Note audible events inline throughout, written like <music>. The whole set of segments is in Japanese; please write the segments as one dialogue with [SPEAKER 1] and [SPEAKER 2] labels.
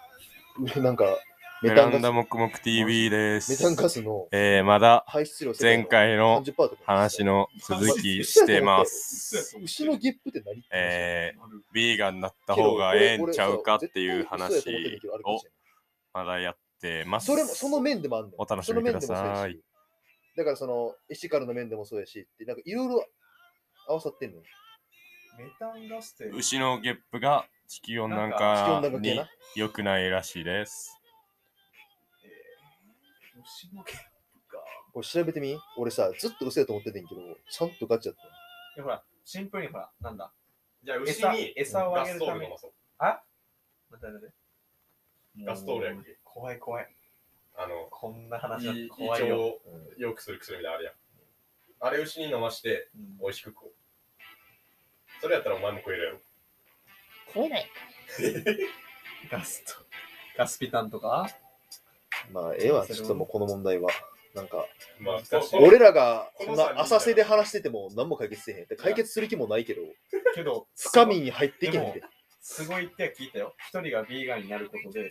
[SPEAKER 1] <laughs> なんか、メ
[SPEAKER 2] ベ
[SPEAKER 1] タ
[SPEAKER 2] ラ
[SPEAKER 1] ンガ
[SPEAKER 2] ン
[SPEAKER 1] ス
[SPEAKER 2] ダもくもく TV です。
[SPEAKER 1] メタンガスの
[SPEAKER 2] えー、まだ
[SPEAKER 1] 排出量世界
[SPEAKER 2] 前回の
[SPEAKER 1] 30%とか
[SPEAKER 2] 話の続きしてます。
[SPEAKER 1] 牛のゲップって何
[SPEAKER 2] えー、ビーガンになった方がええんちゃうかっていう話をまだやってます。
[SPEAKER 1] それもその面でもあるのよ
[SPEAKER 2] お楽しみください
[SPEAKER 1] その面でもそうやしだからそのエシカルの面でもそうやしってなんかいろいろ合わさってんのよ
[SPEAKER 3] メタンガスって
[SPEAKER 2] 牛のゲップが地球温暖
[SPEAKER 1] 地球温
[SPEAKER 2] 化
[SPEAKER 1] 暖化系
[SPEAKER 2] に
[SPEAKER 1] な
[SPEAKER 2] 良くないらしいです。
[SPEAKER 3] 牛の毛か。
[SPEAKER 1] これ調べてみ俺さずっと嘘やと思っててんけどちゃんとガチやった
[SPEAKER 3] いやほら、シンプルにほら、なんだ。
[SPEAKER 4] じゃあ、牛
[SPEAKER 3] 餌
[SPEAKER 4] に
[SPEAKER 3] 餌をあ
[SPEAKER 4] ガ
[SPEAKER 3] げ
[SPEAKER 4] ス
[SPEAKER 3] る
[SPEAKER 4] ト
[SPEAKER 3] た
[SPEAKER 4] ーブ
[SPEAKER 3] め
[SPEAKER 4] 飲
[SPEAKER 3] に
[SPEAKER 4] ま。そう。
[SPEAKER 3] あなんだなんだなんだ
[SPEAKER 4] ガストーブやっけ
[SPEAKER 3] 怖い怖い。
[SPEAKER 4] あの、
[SPEAKER 3] こんな話だ
[SPEAKER 4] 胃胃
[SPEAKER 3] 怖い
[SPEAKER 4] 腸
[SPEAKER 3] よ。
[SPEAKER 4] を良くする薬みたいなのあるやん。あれ牛に飲まして、
[SPEAKER 3] うん
[SPEAKER 4] 美味しく食おう。それやったらお前も食えるやろ。
[SPEAKER 1] 食えない
[SPEAKER 3] ガスト。ガスピタンとか
[SPEAKER 1] まあええわちょっともうこの問題はなんか
[SPEAKER 4] まあ、
[SPEAKER 3] 難しい
[SPEAKER 4] そう
[SPEAKER 1] 俺らが
[SPEAKER 4] こ
[SPEAKER 1] こ
[SPEAKER 4] の
[SPEAKER 1] ん
[SPEAKER 4] 三人
[SPEAKER 1] な浅瀬で話してても何も解決せえへん解決する気もないけど
[SPEAKER 3] けど、
[SPEAKER 1] 深みに入っていけへんっ
[SPEAKER 3] で
[SPEAKER 1] て
[SPEAKER 3] すごいっては聞いたよ。一人がビーガンになることで、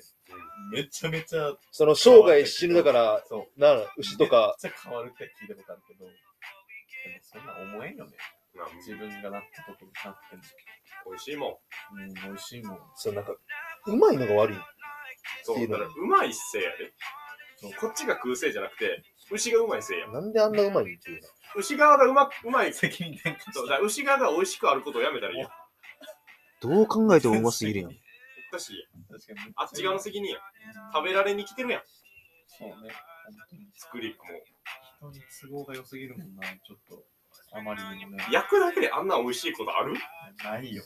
[SPEAKER 3] めちゃめちゃ、
[SPEAKER 1] その生涯死ぬだから
[SPEAKER 3] そう。
[SPEAKER 1] なあ牛とか
[SPEAKER 3] めっちゃ変わるって聞いたことあるけど、でもそんな思えんよね。
[SPEAKER 4] まあ
[SPEAKER 3] 自分がなったことになってん
[SPEAKER 4] 美味しいもん。
[SPEAKER 3] うん、美味しいもん。
[SPEAKER 1] そのなんかうまいのが悪い
[SPEAKER 4] そう、だから、うまいせいやで
[SPEAKER 3] そう。
[SPEAKER 4] こっちが食うせいじゃなくて、牛がうまいせいやん。
[SPEAKER 1] なんであんなうまいっていうの
[SPEAKER 4] 牛側がうまうまい。
[SPEAKER 3] 責任転嫁
[SPEAKER 4] そうだから牛側が美味しくあることをやめたらいいやん。
[SPEAKER 1] どう考えてもうますぎるやん。
[SPEAKER 4] おかしいやん。
[SPEAKER 3] 確かに。
[SPEAKER 4] あっち側の責任やん。食
[SPEAKER 3] べ
[SPEAKER 4] べられに来てるやん。
[SPEAKER 3] そうね。本当に
[SPEAKER 4] 作りも
[SPEAKER 3] 人に都合が良すぎるもんな、ちょっと。あまりにもね。
[SPEAKER 4] 焼くだけであんな美味しいことある
[SPEAKER 3] ないよ。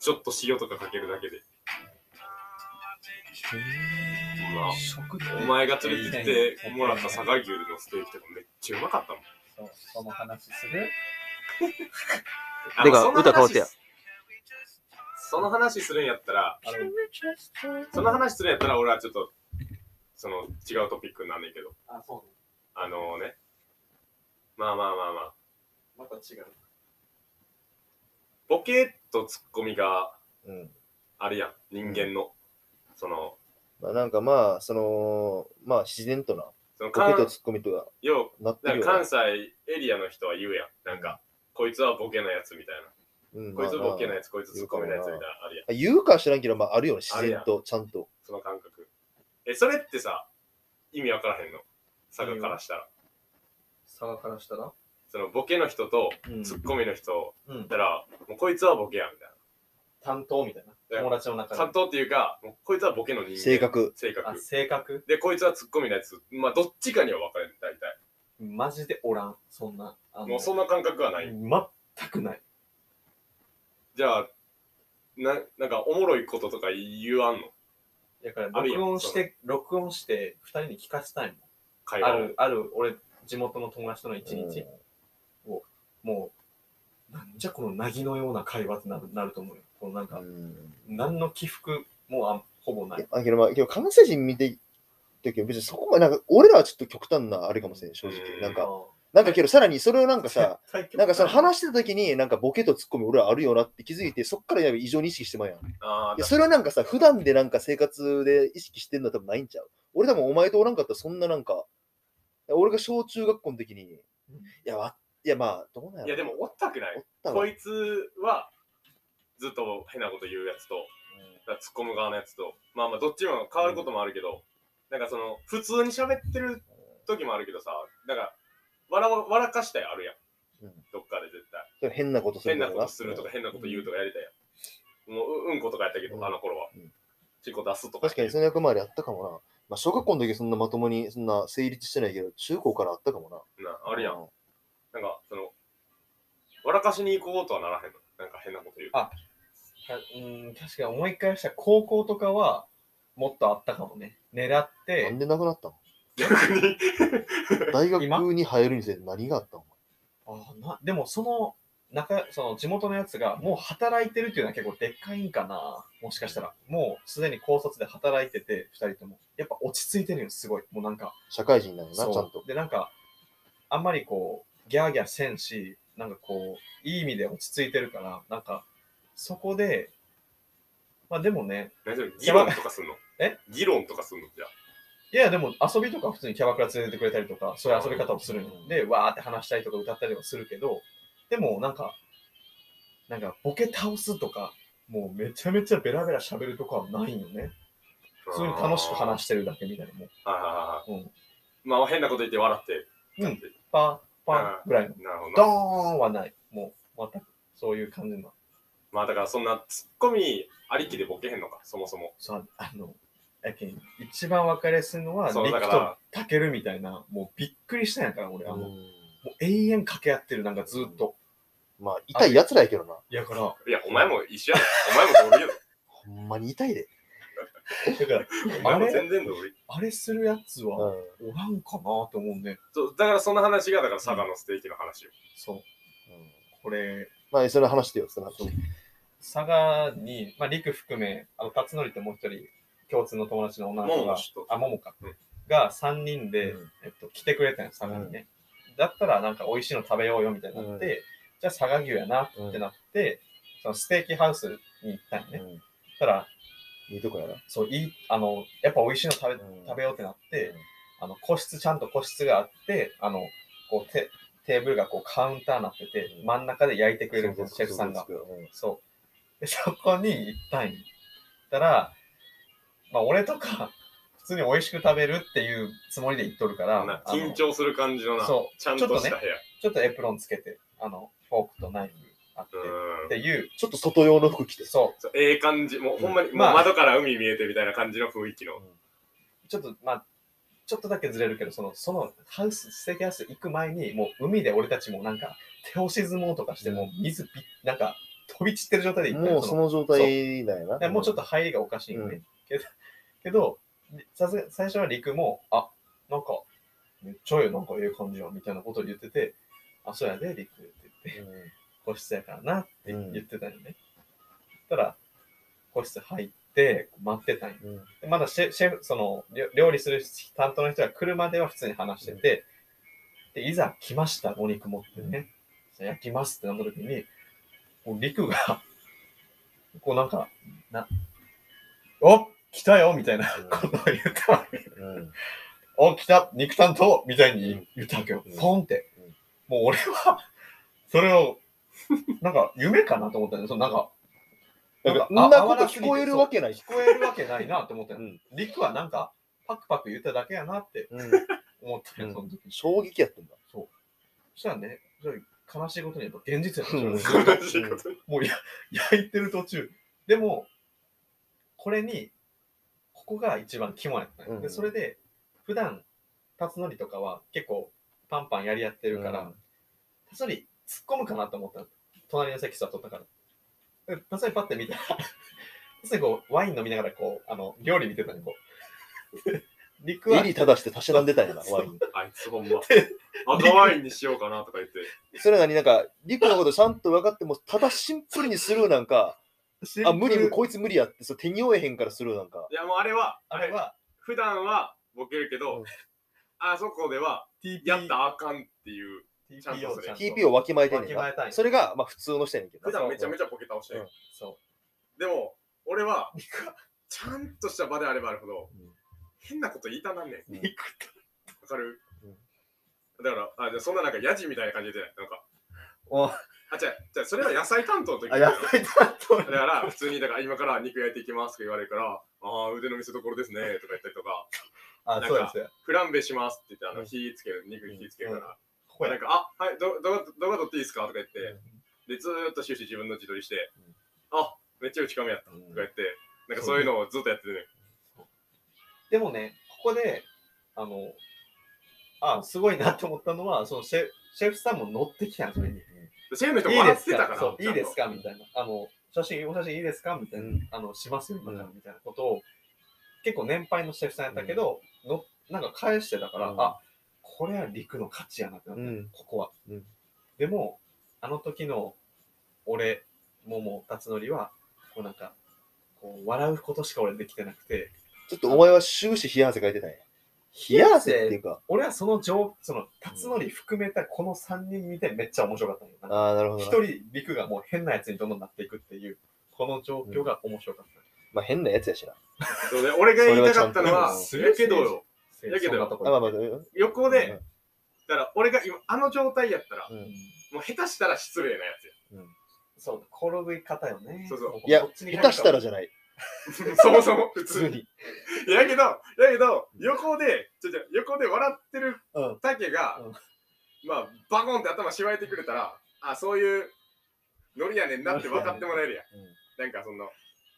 [SPEAKER 4] ちょっと塩とかかけるだけで。まあ
[SPEAKER 3] 食って
[SPEAKER 4] お前が連れてってもらった佐賀牛のステーキとかめっちゃうまかったもん。
[SPEAKER 3] そう、その話する。
[SPEAKER 4] あ
[SPEAKER 1] てか
[SPEAKER 4] そんな話
[SPEAKER 1] 歌変わってや
[SPEAKER 4] その話するんやったら、
[SPEAKER 3] あの、
[SPEAKER 4] その話するんやったら俺はちょっと、その違うトピックになんねんけど、
[SPEAKER 3] あ、そうね。
[SPEAKER 4] あのね、まあまあまあまあ、
[SPEAKER 3] また違う。
[SPEAKER 4] ボケっとツッコミが
[SPEAKER 1] うん。
[SPEAKER 4] あるやん、人間の。その、
[SPEAKER 1] まあなんかまあ、その、まあ自然とな、
[SPEAKER 4] その
[SPEAKER 1] ボケと
[SPEAKER 4] 関
[SPEAKER 1] ツッコミとか
[SPEAKER 4] よ
[SPEAKER 1] なっ
[SPEAKER 4] う
[SPEAKER 1] て
[SPEAKER 4] な
[SPEAKER 1] る
[SPEAKER 4] ん
[SPEAKER 1] よ
[SPEAKER 4] か関西エリアの人は言うやん。なんか、こいつはボケのやつみたいな。
[SPEAKER 1] うん
[SPEAKER 4] こいつボケの
[SPEAKER 1] い。
[SPEAKER 4] やつ、こいつツッコミのやつみたいな、あるやん。
[SPEAKER 1] まあ言うかは知らんけど、まああるよね、自然と、ちゃんと。
[SPEAKER 4] その感覚。え、それってさ、意味わからへんの佐賀からしたら。
[SPEAKER 3] 佐賀からしたら
[SPEAKER 4] そのボケの人と
[SPEAKER 3] うん
[SPEAKER 4] ツッコミの人
[SPEAKER 3] うん
[SPEAKER 4] だったら、もうこいつはボケや、みたい
[SPEAKER 3] 担当みたいな。
[SPEAKER 4] で
[SPEAKER 3] 友達の
[SPEAKER 4] な。
[SPEAKER 3] 中
[SPEAKER 4] 担
[SPEAKER 3] で。
[SPEAKER 4] 当っていうか、もうこいつはボケの人間。
[SPEAKER 1] 性。格。
[SPEAKER 4] 性
[SPEAKER 3] あ、
[SPEAKER 4] 格。
[SPEAKER 3] 性格
[SPEAKER 4] で、こいつはツッコミのやつ。まあ、どっちかには分かれる、大体。
[SPEAKER 3] マジでおらん。そんな。あの
[SPEAKER 4] もうそんな感覚はない。
[SPEAKER 3] 全くない。
[SPEAKER 4] じゃあ、な、なんかおもろいこととか言わんの
[SPEAKER 3] だから
[SPEAKER 4] あるやん
[SPEAKER 3] 録音して、録音して、二人に聞かせたいもん。
[SPEAKER 4] 会
[SPEAKER 3] あ
[SPEAKER 4] 話を
[SPEAKER 3] る、ある、俺、地元の友達との一日、もう、なんじゃこのなぎのような会話ってなるなると思うよ。このなん
[SPEAKER 1] う
[SPEAKER 3] か、
[SPEAKER 1] ん。
[SPEAKER 3] 何の起伏もあほぼない。
[SPEAKER 1] あけどまあ、けど関西人見てるけど、別にそこまで、なんか俺らはちょっと極端なあれかもしれん、正
[SPEAKER 4] う
[SPEAKER 1] 直。
[SPEAKER 4] ん
[SPEAKER 1] なん
[SPEAKER 3] あ
[SPEAKER 1] か、
[SPEAKER 3] ー
[SPEAKER 1] なんかけど、さらにそれをなんか
[SPEAKER 3] <laughs>
[SPEAKER 1] さ、
[SPEAKER 3] 対局
[SPEAKER 1] なんかその話してた時に、なんかボケとツッコミ俺らあるよなって気づいて、そっからやべ異常に意識してまうやん。
[SPEAKER 4] あ
[SPEAKER 1] い
[SPEAKER 4] ー
[SPEAKER 1] やそれはなんかさ、普段でなんか生活で意識してんのは多分ないんちゃう。俺多分お前とおらんかったらそんななんか、俺が小中学校の時に、いや、わいやまあ、どうなんやろ
[SPEAKER 4] いや、でも、おったくない
[SPEAKER 1] おったわ
[SPEAKER 4] こいつは、ずっと変なこと言うやつと、だから突っ込む側のやつと、まあまあ、どっちも変わることもあるけど、なんかその、普通に喋ってる時もあるけどさ、なんか、笑わ笑かしたいあるやん。
[SPEAKER 1] うん
[SPEAKER 4] どっかで絶対。
[SPEAKER 1] でも変なことする
[SPEAKER 4] 変
[SPEAKER 1] んだ
[SPEAKER 4] な
[SPEAKER 1] ろ
[SPEAKER 4] ことするとか、変なこと言うとかやりたいやん。もう、ううんことかやったけど、
[SPEAKER 1] うん
[SPEAKER 4] あの頃は
[SPEAKER 1] うん。
[SPEAKER 4] チンコ出すとか。
[SPEAKER 1] 確かにその役回りあったかもな。まあ、小学校の時そんなまともに、そんな成立してないけど、中高からあったかもな。
[SPEAKER 4] なあるやん。
[SPEAKER 1] う
[SPEAKER 4] なんか、その、笑かしに行こうとはならへんの。なんか変なこと言う。
[SPEAKER 3] あたうん、確かに思い返したら高校とかは、もっとあったかもね。狙っ
[SPEAKER 1] ん。なん
[SPEAKER 3] て、
[SPEAKER 1] でなくな
[SPEAKER 3] <laughs>
[SPEAKER 1] ったの
[SPEAKER 4] 逆に。 <laughs>
[SPEAKER 1] 大学に入るにせいで何があったの
[SPEAKER 3] あーなでもその、中その地元のやつがもう働いてるっていうのは結構でっかいんかなもしかしたらもうすでに高卒で働いてて2人ともやっぱ落ち着いてるよすごいもうなんか
[SPEAKER 1] 社会人なのな、ちゃ
[SPEAKER 3] そ
[SPEAKER 1] ん
[SPEAKER 3] う
[SPEAKER 1] と。
[SPEAKER 3] で、なんか、あんまりこう、ギャーギャーせんし、なんかこう、いい意味で落ち着いてるから、なんか、そこで、まあでもね、
[SPEAKER 4] 何それ議論とかすんの
[SPEAKER 3] え
[SPEAKER 4] 議論とかすんのじゃあ
[SPEAKER 3] いやでも遊びとか普通にキャバクラ連れてくれたりとか、そういう遊び方をするんで、わーって話したりとか歌ったりはするけど、でもなんか、なんかボケ倒すとか、もうめちゃめちゃベラベラ喋るとかはないよね。普通に楽しく話してるだけみたいなもん。
[SPEAKER 4] はいはいはいは
[SPEAKER 3] うん、
[SPEAKER 4] い。まあ変なこと言って笑って。
[SPEAKER 3] うんパーパーぐらいの。
[SPEAKER 4] なるほ
[SPEAKER 3] ドー
[SPEAKER 4] どな。
[SPEAKER 3] ンはない。もう全くそういう感じの。
[SPEAKER 4] まあだからそんなツッコミありきでボケへんのか、そもそも。
[SPEAKER 3] そうあのやけん一番分かりやすいのは、
[SPEAKER 4] そう
[SPEAKER 3] リ
[SPEAKER 4] だ
[SPEAKER 3] ク
[SPEAKER 4] か
[SPEAKER 3] と
[SPEAKER 4] ら
[SPEAKER 3] タケルみたいな、もうびっくりしたんやから、俺は
[SPEAKER 1] う
[SPEAKER 3] もう。
[SPEAKER 1] ん
[SPEAKER 3] もう永遠掛け合ってる、なんかずっと。
[SPEAKER 1] まあ、痛いやつらやけどな。
[SPEAKER 3] いやから、
[SPEAKER 4] いや、お前も一緒やろ。お前も同類や
[SPEAKER 1] ほんまに痛いで。
[SPEAKER 3] だから、
[SPEAKER 4] ろ。お前も全然同類。
[SPEAKER 3] あれするやつ
[SPEAKER 1] う
[SPEAKER 3] は
[SPEAKER 1] ん。
[SPEAKER 3] おらんかなと思うね。
[SPEAKER 4] そうだからその話が、だから佐賀のステーキの話よ。
[SPEAKER 3] そう、これ、
[SPEAKER 1] まあ、それ話してよ、その話
[SPEAKER 3] そう。佐賀に、まあ、リク含め、あの、辰則ってもう一人、共通の友達の女の子
[SPEAKER 4] も
[SPEAKER 3] が
[SPEAKER 4] うちょっ、と
[SPEAKER 3] あ、ももか
[SPEAKER 4] うん、
[SPEAKER 3] が3人で、
[SPEAKER 1] うん
[SPEAKER 3] えっと、来てくれたんよ、佐賀にね。だったら、なんか美味しいの食べようよ、みたいになって、じゃあ佐賀牛やな、ってなって、そのステーキハウスに行ったんよね。
[SPEAKER 1] うん
[SPEAKER 3] そしたら、
[SPEAKER 1] いいとこやな。
[SPEAKER 3] そう、いい、あの、やっぱ美味しいの食べ、
[SPEAKER 1] うん
[SPEAKER 3] 食べようってなって、あの、個室、ちゃんと個室があって、あの、こう、テテーブルがこうカウンターになってて、
[SPEAKER 1] うん
[SPEAKER 3] 真ん中で焼いてく
[SPEAKER 1] うん
[SPEAKER 3] れるんです、シェフさんが。。
[SPEAKER 1] うん
[SPEAKER 3] そう。で、そこに行ったんよ行ったら、まあ、俺とか、普通に美味しく食べるっていうつもりで行っとるから、
[SPEAKER 4] な
[SPEAKER 3] あの
[SPEAKER 4] 緊張する感じのな、
[SPEAKER 3] そ
[SPEAKER 4] ちゃんとした部屋。
[SPEAKER 3] ちょっとエプロンつけて、あの、フォークとナイフあって、
[SPEAKER 4] うん
[SPEAKER 3] っていう、
[SPEAKER 1] ちょっと外用の服着て。
[SPEAKER 3] そ
[SPEAKER 4] そうええ感じ、もうほんまに、
[SPEAKER 3] まあ
[SPEAKER 4] もう窓から海見えてみたいな感じの雰囲気の。
[SPEAKER 3] う、ちょっと、まあ、ちょっとだけずれるけど、その、その、ハウス、ステーキハウス行く前に、もう海で俺たちもなんか、手押し相撲とかして、
[SPEAKER 1] うん
[SPEAKER 3] もう水び、なんか、飛び散ってる状態で行ったんよ
[SPEAKER 1] もうその状態だよ
[SPEAKER 3] いや
[SPEAKER 1] な。
[SPEAKER 3] もうちょっと入りがおかしいんで、
[SPEAKER 1] うん
[SPEAKER 3] けど、けどさすが最初は陸も、あ、なんか、めっちゃええ、なんかええ感じやん、みたいなことを言ってて、あ、そうやで、陸って言って、
[SPEAKER 1] うん。
[SPEAKER 3] 個室やからなって
[SPEAKER 1] うん
[SPEAKER 3] 言ってたんよね。そしたら、個室入って、待ってたんよ。
[SPEAKER 1] うん。
[SPEAKER 3] でまだシェシェフ、その、料料理する担当の人が来るまでは普通に話してて、で、いざ来ました、お肉持ってね。焼きますってなった時に、こう、陸が、こうなんか、な、お来たよみたいな
[SPEAKER 1] うん
[SPEAKER 3] ことを言ったわけ。
[SPEAKER 1] うん
[SPEAKER 3] お来た肉担当みたいに言ったわけよ
[SPEAKER 1] うん。
[SPEAKER 3] ポンって
[SPEAKER 1] うん。
[SPEAKER 3] もう俺は、それを、なんか夢かなと思ったんで、そのなんか、
[SPEAKER 1] なんか、ん
[SPEAKER 3] あ
[SPEAKER 1] なこと聞こえるわけないし
[SPEAKER 3] 聞。こえるわけないなと思ったよ
[SPEAKER 1] うん
[SPEAKER 3] リクはなんか、パクパク言っただけやなって
[SPEAKER 1] うん。
[SPEAKER 3] 思った
[SPEAKER 1] う
[SPEAKER 3] よ、
[SPEAKER 1] ん
[SPEAKER 3] その時。
[SPEAKER 1] 衝撃やってんだ。
[SPEAKER 3] そしたらね、それ悲しいことにやっぱ現実やったん
[SPEAKER 1] うん
[SPEAKER 3] ですよ。
[SPEAKER 4] 悲しいことに。
[SPEAKER 3] <laughs> もうや <laughs> 焼いてる途中。でも、これに、ここが一番肝やったんよ
[SPEAKER 1] うん
[SPEAKER 3] で、それで、普段、辰則とかは結構パンパンやり合ってるか
[SPEAKER 1] う
[SPEAKER 3] ら
[SPEAKER 1] ん、
[SPEAKER 3] 辰則突っ込むかなと思ったの隣の席座っとったから。で辰則パッて見たら、 <laughs> 辰則こう、ワイン飲みながらこう、あの、料理見てたのこう。陸は
[SPEAKER 1] 襟、正してたしなんでたんやな、ワイン。
[SPEAKER 4] あいつほんま。赤ワインにしようかなとか言って。
[SPEAKER 1] それなになんか、リコのことちゃんと分かっても、ただシンプルにスルーなんか、
[SPEAKER 3] シンプル
[SPEAKER 1] あ、無理、こいつ無理やって、そう手に負えへんからスルーなんか。
[SPEAKER 4] いやもうあれは、
[SPEAKER 3] あれは、
[SPEAKER 4] 普段はボケるけ
[SPEAKER 1] う
[SPEAKER 4] ど
[SPEAKER 1] ん、
[SPEAKER 4] あそこでは
[SPEAKER 3] TP
[SPEAKER 4] やったらあかんっていう。
[SPEAKER 3] TPO
[SPEAKER 4] ちゃんと
[SPEAKER 3] ちゃんと
[SPEAKER 1] TP をわきまえてんねん
[SPEAKER 3] わきまえたん
[SPEAKER 1] な。
[SPEAKER 3] や
[SPEAKER 1] それが、まあ普通の人やねんけど
[SPEAKER 4] 普
[SPEAKER 1] な。
[SPEAKER 4] 段めちゃめ
[SPEAKER 1] ち
[SPEAKER 4] ちゃボケ倒してる
[SPEAKER 1] うん
[SPEAKER 3] そ
[SPEAKER 4] でも、俺は、ちゃんとした場であればあるほど
[SPEAKER 1] うん、
[SPEAKER 4] 変なこと言いたなんねん。
[SPEAKER 1] うん
[SPEAKER 4] わかる
[SPEAKER 1] うん
[SPEAKER 4] だから、あ、じゃあそんななんかヤジみたいな感じで、なんか、
[SPEAKER 3] う。お
[SPEAKER 4] あ、じゃあじゃあそれは野菜担当の時
[SPEAKER 3] あ、
[SPEAKER 4] だ
[SPEAKER 3] 野
[SPEAKER 4] よ
[SPEAKER 3] 菜担当
[SPEAKER 4] だから、普通に、だから今から肉焼いていきますとか言われるから、ああ、腕の見せ所ですね、とか言ったりとか、
[SPEAKER 3] あ、そうですよ。
[SPEAKER 4] フランベしますって言って、あ
[SPEAKER 1] う
[SPEAKER 4] の、
[SPEAKER 1] ん
[SPEAKER 4] 火つける、肉に火つけるから、
[SPEAKER 3] ここ
[SPEAKER 4] な
[SPEAKER 3] や
[SPEAKER 4] んか、あ、はい、ど、ど、どこ取っていいですかとか言って、で、ずーっと終始自分の自撮りして、あ、めっちゃ打ち込みやった、とか言って、なんかそういうのをずっとやってるね。
[SPEAKER 3] でもね、ここで、あの、あ、すごいなって思ったのは、そのシェシェフさんも乗ってきたんそれに。い
[SPEAKER 4] でシェーンの人
[SPEAKER 3] い
[SPEAKER 4] 笑
[SPEAKER 3] で
[SPEAKER 4] っ
[SPEAKER 3] す
[SPEAKER 4] てたか
[SPEAKER 3] か、
[SPEAKER 4] ら、
[SPEAKER 3] そう
[SPEAKER 4] ち
[SPEAKER 3] い
[SPEAKER 4] ゃ
[SPEAKER 3] い
[SPEAKER 4] んと
[SPEAKER 3] ですかみたいな。あの、写真、お写真いいですかみたいな、
[SPEAKER 1] うん
[SPEAKER 3] あの、しますよ、今から
[SPEAKER 1] う
[SPEAKER 3] みたいなことを、結構年配のシェフさんやったけど、のなんか返してたから、
[SPEAKER 1] うん
[SPEAKER 3] あ、これは陸の勝ちやなってなっ
[SPEAKER 1] う
[SPEAKER 3] た、
[SPEAKER 1] ん
[SPEAKER 3] ここは。
[SPEAKER 1] うん
[SPEAKER 3] でも、あの時の俺、桃、辰則は、こうなんか、こう笑うことしか俺できてなくて、
[SPEAKER 1] ちょっとお前は終始冷や汗かいてたんや。冷や汗っていうか、
[SPEAKER 3] 俺はその上、その、辰則含めたこの3人見てめっちゃ面白かったんよな。
[SPEAKER 1] ああ、なるほど
[SPEAKER 3] 一
[SPEAKER 1] な。
[SPEAKER 3] 人、陸がもう変なやつにどんどんなっていくっていう、この状況が面白かった。
[SPEAKER 1] まあ変なやつやしな。
[SPEAKER 4] そうね俺が言いたかったのは、
[SPEAKER 3] それ
[SPEAKER 4] や
[SPEAKER 3] はち
[SPEAKER 4] け
[SPEAKER 3] ゃんと
[SPEAKER 4] どよ、だけど
[SPEAKER 3] そんなとこ
[SPEAKER 1] あまあまあ、
[SPEAKER 4] 横で、だから俺が今、あの状態やったら、
[SPEAKER 1] うん
[SPEAKER 4] もう下手したら失礼なや
[SPEAKER 3] そう、転ぶ方よね。
[SPEAKER 4] そうそう
[SPEAKER 1] いや
[SPEAKER 3] こっちに
[SPEAKER 1] 下手したらじゃない。
[SPEAKER 4] つ
[SPEAKER 3] <laughs>
[SPEAKER 4] や。そもそも、普
[SPEAKER 1] 普通
[SPEAKER 4] 通に。
[SPEAKER 1] に。
[SPEAKER 4] やけど、やけど、横で、ちょちょ、横で笑ってる
[SPEAKER 1] うん。
[SPEAKER 4] タケが、
[SPEAKER 1] うん
[SPEAKER 4] まあ、バコンって頭しわいてくれたら、あ、そういうノリやねんなって分かってもらえるやん。なんかその、だ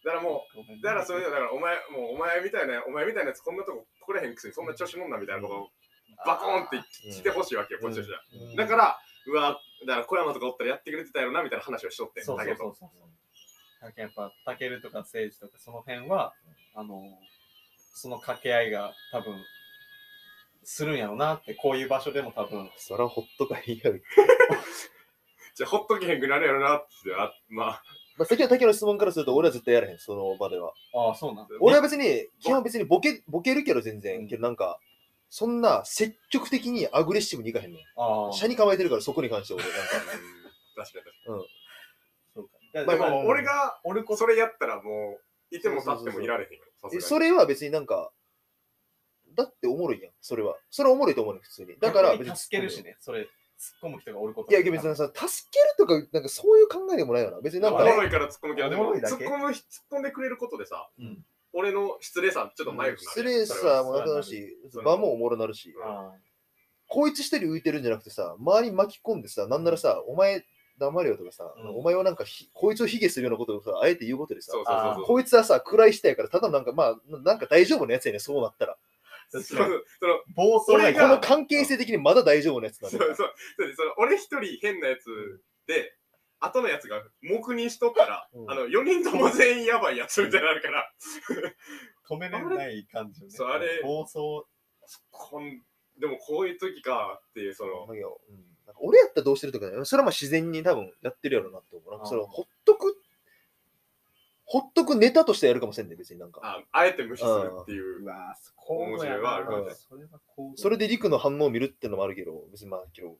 [SPEAKER 4] からも
[SPEAKER 3] ごめんね
[SPEAKER 4] う、だからそういうの、だからお前、もうお前みたいな、お前みたいなやつこんなとこ来れへんくせに、そんな調子乗んなみたいなことをバコンって来てほしいわけよ、こっちとしては
[SPEAKER 1] うん
[SPEAKER 4] だから、うわ、だから小山とかおったらやってくれてたやろなみたいな話をしとって、
[SPEAKER 3] そう
[SPEAKER 4] タ
[SPEAKER 3] そ
[SPEAKER 4] ケ
[SPEAKER 3] うそ
[SPEAKER 4] と。
[SPEAKER 3] うそう。だけどやっぱ、たけるとかせいじとか、その辺は、あの、その掛け合いが多分、するんやろなって、こういう場所でも多分、
[SPEAKER 1] そらほっとかへんやろ。
[SPEAKER 4] じゃあ、ほっとけへんくなるやろなって、あまあ、
[SPEAKER 1] まあ、先の竹の質問からすると、俺は絶対やらへん、その場では。
[SPEAKER 3] ああ、そうなん
[SPEAKER 1] 俺は
[SPEAKER 4] ぼ
[SPEAKER 1] 別に、基本別にボケ、ボケるけど全
[SPEAKER 3] うん
[SPEAKER 1] 然。けどなんか、そんな積極的にアグレッシブにいかへんねん。
[SPEAKER 3] ああ。
[SPEAKER 1] 車に構えてるから、そこに関して俺、なんか。
[SPEAKER 4] 確かに確か
[SPEAKER 3] そうかだ
[SPEAKER 4] に。で
[SPEAKER 3] から
[SPEAKER 4] も、俺、が、
[SPEAKER 3] 俺こ
[SPEAKER 4] それやったらもう、いても立ってもいられへんよ。さすが
[SPEAKER 1] え
[SPEAKER 4] に
[SPEAKER 1] それは別になんか、だっておもろいやん、それは。それはおもろいと思うねん、普通に。だから、
[SPEAKER 3] 逆に助けるしね、それ、突っ込む人がおること
[SPEAKER 1] いや、いや別にさ、助けるとか、なんかそういう考えでもないよな。別になん
[SPEAKER 4] お
[SPEAKER 1] か、
[SPEAKER 4] も
[SPEAKER 1] ね
[SPEAKER 4] ろいから突っ込むけど、で
[SPEAKER 3] おも
[SPEAKER 4] も
[SPEAKER 3] ろ
[SPEAKER 4] 突
[SPEAKER 3] いだ
[SPEAKER 4] っ
[SPEAKER 3] け
[SPEAKER 4] 込む、突っ込んでくれることでさ、
[SPEAKER 3] うん
[SPEAKER 4] 俺の失礼さ、ちょっと前くなる。
[SPEAKER 1] 失礼さもなくなるし、
[SPEAKER 4] それは
[SPEAKER 1] 場もおもろなるし、
[SPEAKER 3] あ
[SPEAKER 1] こいつ一人浮いてるんじゃなくてさ、周り巻き込んでさ、なんならさ、お前黙れよとかさ、
[SPEAKER 3] うん
[SPEAKER 1] お前をなんかひ、こいつを卑下するようなことをさ、あえて言うことでさ、
[SPEAKER 4] そうそうそうそう。
[SPEAKER 1] こいつはさ、暗い人やから、ただなんか、まあ、ななんか大丈夫なやつやね、そうなったら。
[SPEAKER 3] あ。
[SPEAKER 4] そうそうその
[SPEAKER 3] 暴走
[SPEAKER 4] 俺
[SPEAKER 1] こ
[SPEAKER 4] が
[SPEAKER 1] の関係性的にまだ大丈夫なやつなん
[SPEAKER 4] そ
[SPEAKER 1] だ
[SPEAKER 4] うそうそうその俺一人変なやつで、後のやつが黙認しとったら、
[SPEAKER 1] うん
[SPEAKER 4] あの4人とも全員やばいやつみたいになるから、
[SPEAKER 3] 止めれない感じよね。
[SPEAKER 4] そうあれ
[SPEAKER 3] 暴走。
[SPEAKER 4] こんでもこういう時かっていう、その、
[SPEAKER 1] まあいいようんなんか俺やったらどうしてるとかね、それはまあ自然に多分やってるやろなって思う。なんかそれはほっとく、ほっとくネタとしてやるかもしれんね、別になんか。
[SPEAKER 4] ああえて無視するっていうう。
[SPEAKER 3] わぁ、
[SPEAKER 4] 面白いわある
[SPEAKER 1] かもね
[SPEAKER 3] それはこう。
[SPEAKER 1] それで陸の反応を見るってのもあるけど、別にまあ、けど、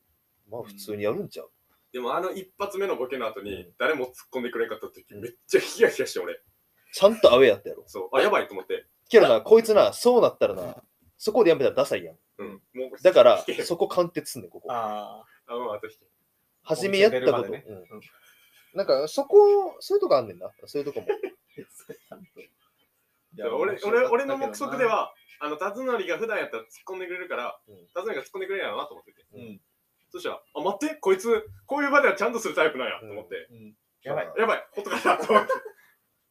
[SPEAKER 1] まあ普通にやるんちゃう。
[SPEAKER 4] でもあの一発目のボケの後
[SPEAKER 1] う
[SPEAKER 4] に
[SPEAKER 1] ん、
[SPEAKER 4] 誰も突っ込んでくれんかった時、めっちゃヒヤヒヤして俺、
[SPEAKER 1] ちゃんとアウェイや
[SPEAKER 4] <laughs>
[SPEAKER 1] ったやろ。
[SPEAKER 4] そう、あ、やばいと思って、
[SPEAKER 1] けどな、こいつな、そうなったらな、そこでやめたらダサいやん。
[SPEAKER 4] うん、もう、
[SPEAKER 1] だ
[SPEAKER 4] <laughs>
[SPEAKER 1] から
[SPEAKER 4] 引け、
[SPEAKER 1] そこ貫徹すんねん、ここ。
[SPEAKER 3] あ
[SPEAKER 4] あ、もうあと引け。
[SPEAKER 1] 初めやったこと。
[SPEAKER 3] お店出るまでね
[SPEAKER 1] うんなんか、そこ、そういうとこあんねんな。そういう
[SPEAKER 3] <laughs>
[SPEAKER 1] とこも。
[SPEAKER 3] あ。い
[SPEAKER 4] だから俺俺俺の目測で、は、あの、辰徳が普段やったら突っ込んでくれるから
[SPEAKER 1] うん、
[SPEAKER 4] 辰徳が突っ込んでくれるやろなと思ってて。
[SPEAKER 3] うん。
[SPEAKER 4] そしたら、あ、待って、こいつ、こういう場ではちゃんとするタイプなんやと思って、
[SPEAKER 3] うん。やばい。
[SPEAKER 4] やばい、ほっとかなと思って。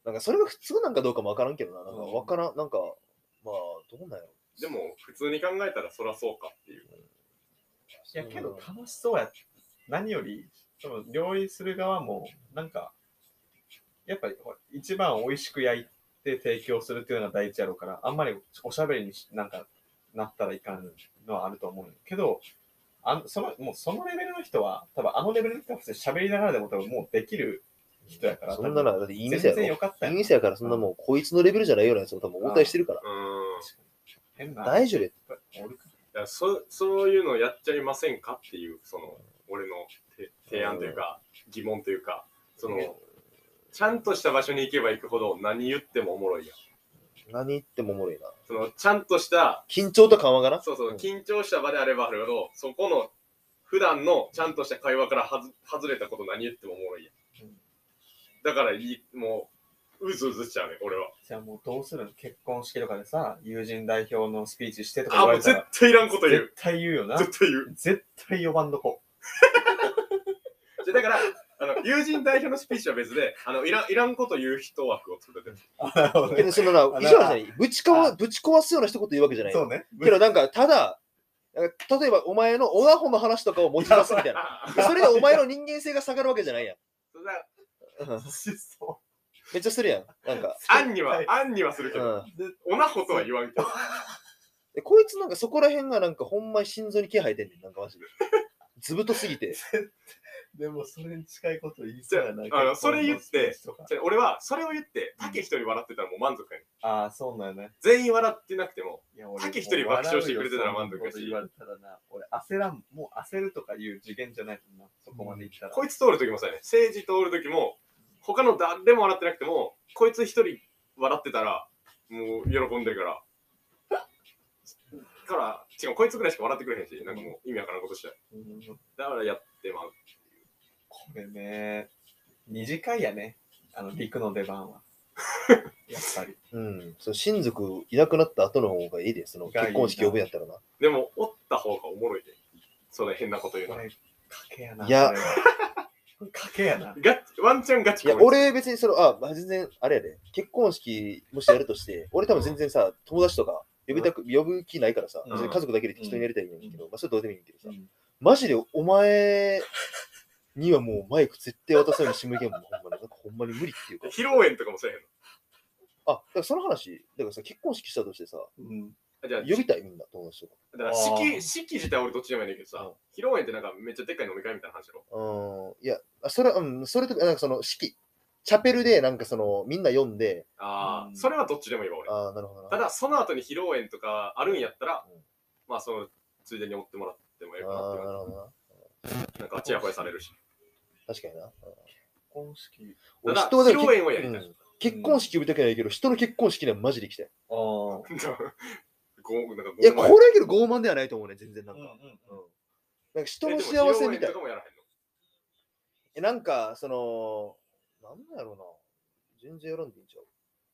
[SPEAKER 1] なんか、それが普通なんかどうかもわからんけどな。なんか、
[SPEAKER 3] うん
[SPEAKER 1] わからん。なんか、まあ、どうなんやろ。
[SPEAKER 4] でも、普通に考えたらそらそうかっていう。
[SPEAKER 3] いや、けど楽しそうやった。何より、多分料理する側も、なんか、やっぱりほら一番美味しく焼いて提供するっていうのが第一やろうから、あんまりおしゃべりにしなんかなったらいかんのはあると思うんやけど、あんそのもうそのレベルの人は、多分あのレベルの人は普通に喋りながらでも多分もうできる人やから、
[SPEAKER 1] そんな
[SPEAKER 3] 多
[SPEAKER 1] の、だっていい
[SPEAKER 3] 分全
[SPEAKER 1] 店やろ
[SPEAKER 3] 然。よかった
[SPEAKER 1] い
[SPEAKER 3] や
[SPEAKER 1] い
[SPEAKER 3] ん。
[SPEAKER 1] 店やから、そんなもう、こいつのレベルじゃないようなやつを多分応対してるから。
[SPEAKER 4] うーん。
[SPEAKER 3] 変な。
[SPEAKER 1] 大丈夫や
[SPEAKER 3] 俺か
[SPEAKER 4] いやそそういうのやっちゃいませんかっていう、その、俺のて提案というか、疑問というか、その、ちゃんとした場所に行けば行くほど何言ってもおもろいやん。
[SPEAKER 1] 何言ってもおもろいな。
[SPEAKER 4] その、ちゃんとした、
[SPEAKER 1] 緊張と緩和かな
[SPEAKER 4] そうそうう、
[SPEAKER 1] ん
[SPEAKER 4] 緊張した場であればあるほど、そこの、普段のちゃんとした会話からはず外れたこと何言ってもおもろいやん。
[SPEAKER 3] うん
[SPEAKER 4] だからいい、もう、うずうずしちゃうね、俺は。
[SPEAKER 3] じゃあもうどうするの結婚式とかでさ、友人代表のスピーチしてとか
[SPEAKER 4] あ、
[SPEAKER 3] 言わ
[SPEAKER 4] もう
[SPEAKER 3] れた
[SPEAKER 4] 絶
[SPEAKER 3] ら、
[SPEAKER 4] 対いらんこと言う。
[SPEAKER 3] 絶対言うよな。
[SPEAKER 4] 絶対言う。
[SPEAKER 3] 絶対呼ばんどこ。
[SPEAKER 4] じゃだから、あの友人代表のスピーチは別で、あのいらんいらんこと言う人枠を取れてる。
[SPEAKER 3] なるほど
[SPEAKER 1] けど、そのな、
[SPEAKER 3] あ
[SPEAKER 1] 意地悪じゃ
[SPEAKER 3] な
[SPEAKER 1] ない。ぶちかわ、ぶち壊すような一言言うわけじゃない。
[SPEAKER 3] そうね。
[SPEAKER 1] けど、なんか、ただ、なんか例えば、お前のオナホの話とかを持ち出すみたい
[SPEAKER 3] <laughs>
[SPEAKER 1] な。
[SPEAKER 4] あ
[SPEAKER 1] それでお前の人間性が下がるわけじゃないやん。
[SPEAKER 4] そうだ
[SPEAKER 1] うん
[SPEAKER 3] しそ
[SPEAKER 1] めっちゃするやん。なん
[SPEAKER 3] <laughs>
[SPEAKER 1] か。
[SPEAKER 4] あんには
[SPEAKER 3] はい、
[SPEAKER 4] あんにはするけど、
[SPEAKER 1] うん
[SPEAKER 4] おなほとは言わんけど、
[SPEAKER 1] で、こいつなんかそこら辺がなんかほんまに心臓に気配出んねん。なんかマジで。ずぶとすぎ
[SPEAKER 3] <laughs>
[SPEAKER 1] て。
[SPEAKER 3] う。でも、それに近いこと言い
[SPEAKER 4] そう
[SPEAKER 3] そう
[SPEAKER 4] や
[SPEAKER 3] や
[SPEAKER 4] な
[SPEAKER 3] な。
[SPEAKER 4] あのそれ言って。じゃ俺はそれを言って、竹一人笑ってたらもう満足やねん。
[SPEAKER 3] ああ、そうなんやね。
[SPEAKER 4] 全員笑ってなくても、
[SPEAKER 3] いや、俺
[SPEAKER 4] 竹一人爆笑してくれてたら満足やし
[SPEAKER 3] そんなこと言われたらな、俺焦らん、もう焦るとかいう次元じゃないもんな。そこまでいったら。
[SPEAKER 4] こいつ通るときもさやねん、政治通るときも、他の誰も笑ってなくても、こいつ一人笑ってたら、もう喜んでるから。から、しかもこいつぐらいしか笑ってくれへんし、なんかもう意味わからんことしちゃう。
[SPEAKER 3] うん
[SPEAKER 4] だからやってまう。
[SPEAKER 3] これね、短いやね、あの、陸の出番は。やっぱり。
[SPEAKER 1] うん。その親族いなくなった後の方がいいで、その
[SPEAKER 3] がいいな
[SPEAKER 1] 結婚式呼ぶんやったらな。
[SPEAKER 4] でも、おった方がおもろいで。その変なこと言う
[SPEAKER 3] こ
[SPEAKER 4] の。
[SPEAKER 3] れ、賭けやな。
[SPEAKER 1] いや
[SPEAKER 3] これは、賭けやな。
[SPEAKER 4] ガッチワンチャンガチ
[SPEAKER 1] いや、
[SPEAKER 4] こいつ
[SPEAKER 1] 俺別にその、あ、まあ、全然あれやで、結婚式もしやるとして、俺多分全然さ、友達とか呼びたく、呼ぶ気ないからさ、
[SPEAKER 3] うん
[SPEAKER 1] 別に家族だけで適当にやりたいんやけど、まあそれどうでもいいんやけどさ、
[SPEAKER 3] うん
[SPEAKER 1] マジでお前にはもうマイク絶対渡さないようにしてもいけんもん、ほんまに。なんかほんまに無理っていうか。
[SPEAKER 4] 披露宴とかもせえへんの
[SPEAKER 1] あ、だからその話、だからさ、結婚式したとしてさ、
[SPEAKER 3] うん。
[SPEAKER 4] あ。じゃあ、
[SPEAKER 1] 呼びたいみんな、友達とか。
[SPEAKER 4] だから
[SPEAKER 3] あー
[SPEAKER 4] 式、式自体俺どっちでもいいねんけどさ、
[SPEAKER 1] うん
[SPEAKER 4] 披露宴ってなんかめっちゃでっかい飲み会みたいな話やろ。
[SPEAKER 1] うん、いや、あそれは、うん、それとか、なんかその式、チャペルで、なんかその、みんな読んで、
[SPEAKER 4] ああ、
[SPEAKER 3] うん
[SPEAKER 4] それはどっちでもいいわ俺。
[SPEAKER 1] ああ、なるほどな。
[SPEAKER 4] ただ、その後に披露宴とかあるんやったら、
[SPEAKER 1] うん
[SPEAKER 4] まあそのついでに追ってもらってもいいかな
[SPEAKER 1] ああ、
[SPEAKER 4] って
[SPEAKER 1] なるほどな。
[SPEAKER 4] いう。なんかちやほやされるし。 <laughs>
[SPEAKER 1] 確かにな。
[SPEAKER 3] 結婚式。
[SPEAKER 1] 俺
[SPEAKER 4] ただ
[SPEAKER 1] 人で
[SPEAKER 4] 披露宴をやりたい
[SPEAKER 1] うん結婚式呼びたくないけど、人の結婚式にはマジで行きたい。
[SPEAKER 3] ああ。うん
[SPEAKER 4] ごなんかご
[SPEAKER 1] いや、これだけど傲慢ではないと思うね、全然なん
[SPEAKER 3] う
[SPEAKER 1] か。
[SPEAKER 3] ん
[SPEAKER 1] うんなんか人の幸せみたい
[SPEAKER 4] えでも披露宴とか。もやらへんの
[SPEAKER 1] えなんか、その、なんだろうな。全然やらんでいいんちゃう。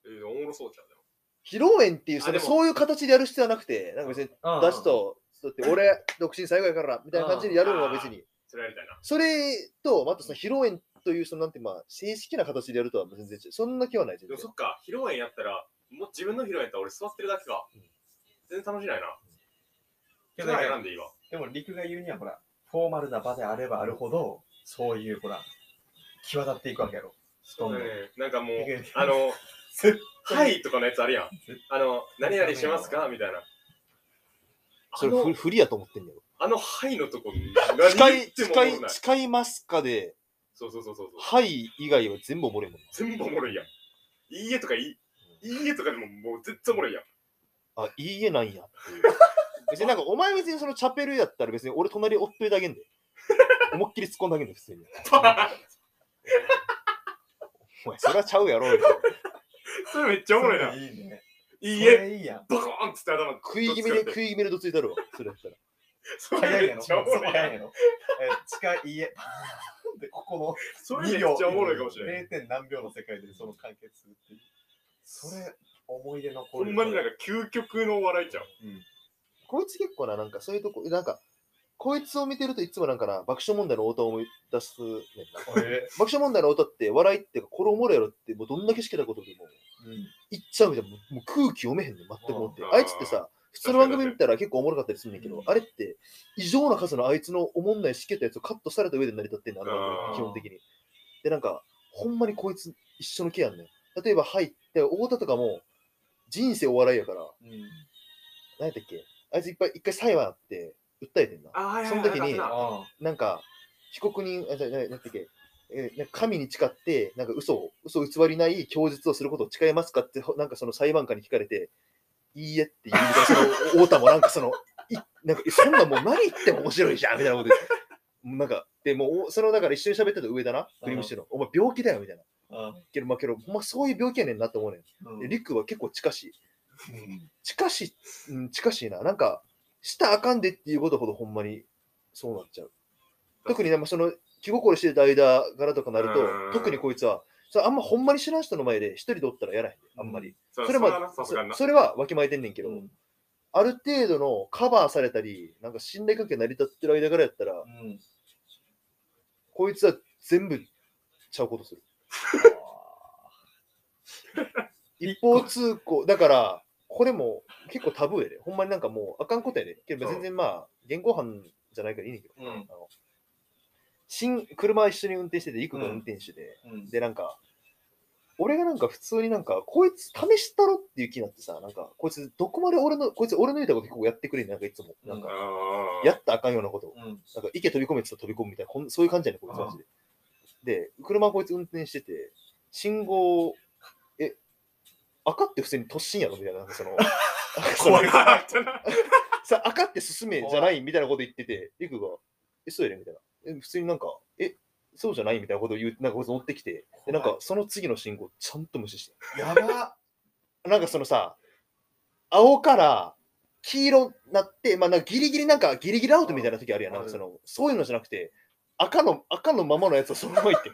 [SPEAKER 4] えーおもろそうちゃうでも
[SPEAKER 1] 披露宴っていう、そ
[SPEAKER 4] あで
[SPEAKER 1] の
[SPEAKER 4] も
[SPEAKER 1] そういう形でやる必要はなくて、なんか別に
[SPEAKER 3] うん。
[SPEAKER 1] 出すと、だって俺、独身最後やから、みたいな感じでやるのは別に。
[SPEAKER 4] それやりたいな。
[SPEAKER 1] それと、またその披露宴という、そのなんて、まあ、正式な形でやるとは全然違う。そんな気はない、全
[SPEAKER 4] でも
[SPEAKER 1] 然。
[SPEAKER 4] そっか、披露宴やったら、もう自分の披露宴やったら俺座ってるだけか。全然楽しないな。
[SPEAKER 3] け
[SPEAKER 4] じ
[SPEAKER 3] ど
[SPEAKER 4] ゃあ選んでいいわ。
[SPEAKER 3] でも陸が言うにはほら、フォーマルな場であればあるほど、そういうほら、際立っていくわけやろ。どんどん。
[SPEAKER 4] ねなんかもう
[SPEAKER 3] いける、
[SPEAKER 4] あ
[SPEAKER 3] <laughs>
[SPEAKER 4] の、
[SPEAKER 3] 絶
[SPEAKER 4] はいとかのやつあるやん
[SPEAKER 3] 絶。
[SPEAKER 4] あの、何々しますかみたいな。あ
[SPEAKER 1] それふ、
[SPEAKER 4] の、
[SPEAKER 1] 不利やと思ってんねやろ。
[SPEAKER 4] あのはいのと
[SPEAKER 3] <laughs>
[SPEAKER 4] こ、
[SPEAKER 1] 使
[SPEAKER 4] 何言
[SPEAKER 1] い、
[SPEAKER 4] ってもおも
[SPEAKER 1] 使
[SPEAKER 4] ろ
[SPEAKER 1] い
[SPEAKER 4] な、い。
[SPEAKER 1] 使いますかで、
[SPEAKER 4] そうそうそうそうそう。
[SPEAKER 1] はい以外は全部おもろいもんな。
[SPEAKER 4] 全部おもろいやん。いいえとかいい、いいえとかでももう絶対おも
[SPEAKER 1] <laughs>
[SPEAKER 4] ろいやん。
[SPEAKER 1] あ、いいえなんやっていう。 <laughs> 別になんか、お前別にそのチャペルやったら別に俺隣追っといてあげんで。 <laughs> 思いっきり突っ込んであげんで、普通に。お前、それはちゃうやろ。みたいな
[SPEAKER 4] それめっちゃおもろいな。い
[SPEAKER 3] いいね。
[SPEAKER 4] い
[SPEAKER 3] そ
[SPEAKER 4] え、
[SPEAKER 3] れいいやん。
[SPEAKER 4] バコーンっつって頭
[SPEAKER 1] 食い気味で食い気味でどついたるわ。それやったら。
[SPEAKER 4] そ
[SPEAKER 3] 早
[SPEAKER 4] れめ
[SPEAKER 3] いや
[SPEAKER 4] っ
[SPEAKER 3] ろ。
[SPEAKER 4] ちゃおもろい
[SPEAKER 3] 早
[SPEAKER 4] や
[SPEAKER 3] い
[SPEAKER 4] ん。
[SPEAKER 3] やろ。え近い家。 <laughs> で、ここの
[SPEAKER 4] それめっちゃおもろいかもしれない。
[SPEAKER 3] 0. 点何秒の世界でその完結するっていう。それ、思い出残
[SPEAKER 4] ほ
[SPEAKER 3] る。
[SPEAKER 4] んまになんか究極のお笑いちゃう。
[SPEAKER 1] こいつ結構な、なんかそういうとこ、なんか、こいつを見てるといつもなんかな、爆笑問題の太田を思い出すねんな。
[SPEAKER 3] 俺、
[SPEAKER 1] 爆笑問題の太田って笑いってか、これおもろいやろって、もうどんだけしかたことでも、
[SPEAKER 3] うん。
[SPEAKER 1] 言っちゃうみたいな、もうもう空気読めへんねん、全く思って
[SPEAKER 4] あ。ー
[SPEAKER 1] あいつってさ、普通の番組見たら結構おもろかったりするんだけ
[SPEAKER 3] う
[SPEAKER 1] ど
[SPEAKER 3] ん、
[SPEAKER 1] あれって、異常な数のあいつのおもんないしけたやつをカットされた上で成り立ってんの、あの番
[SPEAKER 4] あ
[SPEAKER 1] 組、
[SPEAKER 4] ー
[SPEAKER 1] 基本的に。で、なんか、ほんまにこいつ一緒の気やんねん。例えば、はい、で太田とかも、人生お笑いやから、
[SPEAKER 3] うん。
[SPEAKER 1] 何やったっけあいついっぱい、一回裁判あって、訴えてんな。
[SPEAKER 4] あ
[SPEAKER 1] その時に
[SPEAKER 4] あ
[SPEAKER 3] あ
[SPEAKER 1] なんか、被告人、あじゃななんだっけ、えーなんか神に誓って、なんか嘘を、嘘を偽りない供述をすることを誓いますかって、ほなんかその裁判官に聞かれて、いいえって言うみたいな、その、太田もなんかその、いなんか、えそんなもう何言っても面白いじゃんみたいなことで、なんか、でもうお、その、だから一緒に喋ってた上だな、クリームシチューの、お前病気だよみたいな。
[SPEAKER 3] あ。
[SPEAKER 1] けど、まあ、けど、ほんまそういう病気やねんなって思うねん。
[SPEAKER 3] うん
[SPEAKER 1] で、りくは結構近しい。近しい、うん、近しいな。なんか、したらあかんでっていうことほどほんまにそうなっちゃう。特に、ね、まあその、気心してる代打柄とかなる
[SPEAKER 4] うん
[SPEAKER 1] と、特にこいつは、それあんまほんまに知らん人の前で一人でおったらやらへんで、あんまり。
[SPEAKER 4] そ
[SPEAKER 1] そ
[SPEAKER 4] れ
[SPEAKER 1] れ
[SPEAKER 4] も
[SPEAKER 1] は
[SPEAKER 4] なさ
[SPEAKER 1] そ
[SPEAKER 4] すがにな。
[SPEAKER 1] それはわきまえてんねんけ
[SPEAKER 3] う
[SPEAKER 1] ど、
[SPEAKER 3] ん。
[SPEAKER 1] ある程度のカバーされたり、なんか信頼関係成り立ってる間柄やったら
[SPEAKER 3] う、ん。
[SPEAKER 1] こいつは全部ちゃうことする。一方通行、だから、これも結構タブーやで。ほんまになんかもうあかんことやで。けど
[SPEAKER 4] うん
[SPEAKER 1] 全然まあ、現行犯じゃないからいいねんけど。
[SPEAKER 3] うん。うん
[SPEAKER 1] あの新車一緒に運転してて、いくが
[SPEAKER 3] うん
[SPEAKER 1] 運転手で、
[SPEAKER 3] うん。
[SPEAKER 1] で、なんか、俺がなんか普通になんか、こいつ試したろっていう気になってさ、なんか、こいつどこまで俺の、こいつ俺の言うたこと結構やってくれんねんなんかいつも。なん
[SPEAKER 4] あ
[SPEAKER 1] か、
[SPEAKER 4] ー
[SPEAKER 1] やったらあかんようなことを。
[SPEAKER 3] うん。
[SPEAKER 1] なんか、池飛び込めって言ったら飛び込むみたいな、こんそういう感じやねん、こいつマジで。で、車こいつ運転してて、信号、え、赤って普通に突進やろみたいな、なん
[SPEAKER 4] <laughs>
[SPEAKER 1] かその、
[SPEAKER 4] 怖いなってな。
[SPEAKER 1] さ赤って進めじゃないみたいなこと言ってて、リクが、え、そうやねみたいな。え、普通になんか、え、そうじゃないみたいなこと言う、なんかこいつ乗ってきて、で、なんかその次の信号ちゃんと無視して。
[SPEAKER 3] やば
[SPEAKER 1] なんかそのさ、青から黄色になって、まあ、なんかギリギリなんかギリギリアウトみたいな時あるやん。な
[SPEAKER 3] ある
[SPEAKER 1] んかその、そういうのじゃなくて、赤の、赤のままのやつをそのままいって。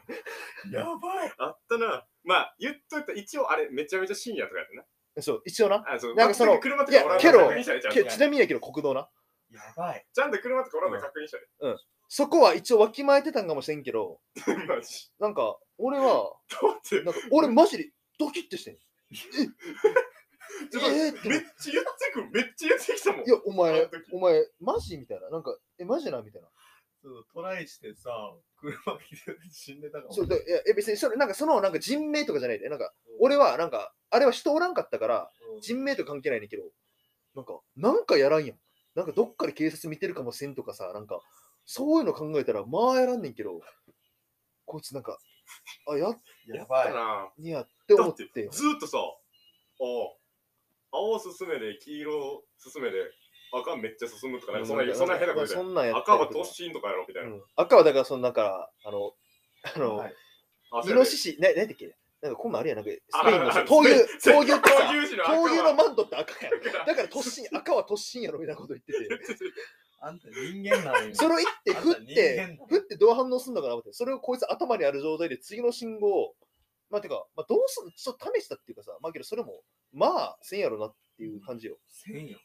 [SPEAKER 3] やばい
[SPEAKER 4] あったな。まあ、言っといた、一応あれ、めちゃめちゃ深夜とかやってな。
[SPEAKER 1] <laughs> そう、一応な。
[SPEAKER 4] あ、そう、
[SPEAKER 1] なんかその
[SPEAKER 4] 全く車と
[SPEAKER 1] いや
[SPEAKER 4] かおらんの
[SPEAKER 1] けど
[SPEAKER 4] 確認したねちゃんと
[SPEAKER 1] けちなみにやけど国道な。
[SPEAKER 3] やばい。
[SPEAKER 4] ちゃんと車とかおらんの確認した
[SPEAKER 1] そこは一応わきまえてたんかもしれんけど、
[SPEAKER 4] <laughs> ね。マジ
[SPEAKER 1] なんか、俺
[SPEAKER 4] <laughs>
[SPEAKER 1] は、
[SPEAKER 4] どうって
[SPEAKER 1] なんか俺マジでドキッてしてん。
[SPEAKER 4] ちょっと
[SPEAKER 1] えーって
[SPEAKER 4] めっちゃ言ってくる、めっちゃ言ってきたもん
[SPEAKER 1] い。や、お
[SPEAKER 4] あの
[SPEAKER 1] 前
[SPEAKER 4] 時、
[SPEAKER 1] お前、マジみたいな。なんか、え、マジなみたいな。
[SPEAKER 3] そうトライしてさ、車切れて死んでたかも。
[SPEAKER 1] そうだいやえ別にそれ、なんかその、なんか人名とかじゃないで、なんか、俺は、なんか、あれは人おらんかったから、
[SPEAKER 3] うん
[SPEAKER 1] 人名とか関係ないねんけど、なんか、なんかやらんやん。なんかどっかで警察見てるかもせんとかさ、なんか、そういうの考えたら、まあやらんねんけど、こいつなんか、あ、やっ
[SPEAKER 3] やばい。
[SPEAKER 4] な
[SPEAKER 1] にやって
[SPEAKER 4] だ
[SPEAKER 1] 思っ
[SPEAKER 4] って
[SPEAKER 1] て、
[SPEAKER 4] ずーっとさ、お青進めで、黄色進めで、赤めっちゃ進むとか、なんかそんな、そんな変なことじゃ
[SPEAKER 1] そ
[SPEAKER 4] ない
[SPEAKER 1] んなんやった
[SPEAKER 4] 赤
[SPEAKER 1] り
[SPEAKER 4] は
[SPEAKER 1] とか
[SPEAKER 4] 突進とかやろみたいな。
[SPEAKER 1] うん赤はだから、そのなんか、あの、あの、
[SPEAKER 3] はい
[SPEAKER 4] あそ
[SPEAKER 1] イ
[SPEAKER 4] うやね
[SPEAKER 1] ノシシ、ななんだっけなんかこんなんあれやん、なんかス
[SPEAKER 4] あ
[SPEAKER 1] ペインのさ
[SPEAKER 4] あ
[SPEAKER 1] 闘牛、
[SPEAKER 4] スペイン
[SPEAKER 1] 闘牛ってさ、
[SPEAKER 4] 闘牛士の赤は
[SPEAKER 1] 闘牛のマントって赤やん。
[SPEAKER 4] だから
[SPEAKER 1] だから突進、赤は突進やろみたいなこと言ってて、
[SPEAKER 3] あんた人間なのよ。
[SPEAKER 1] それを言って、
[SPEAKER 3] あん
[SPEAKER 1] 振
[SPEAKER 3] た
[SPEAKER 1] っ
[SPEAKER 3] 人間
[SPEAKER 1] て
[SPEAKER 3] だ、
[SPEAKER 1] 振ってどう反応するのかな思って、それをこいつ頭にある状態で次の信号を、まあてか、まあどうすん、ちょっと試したっていうかさ、まあけどそれも、まあせんやろなっていう感じよ。
[SPEAKER 3] せんよ。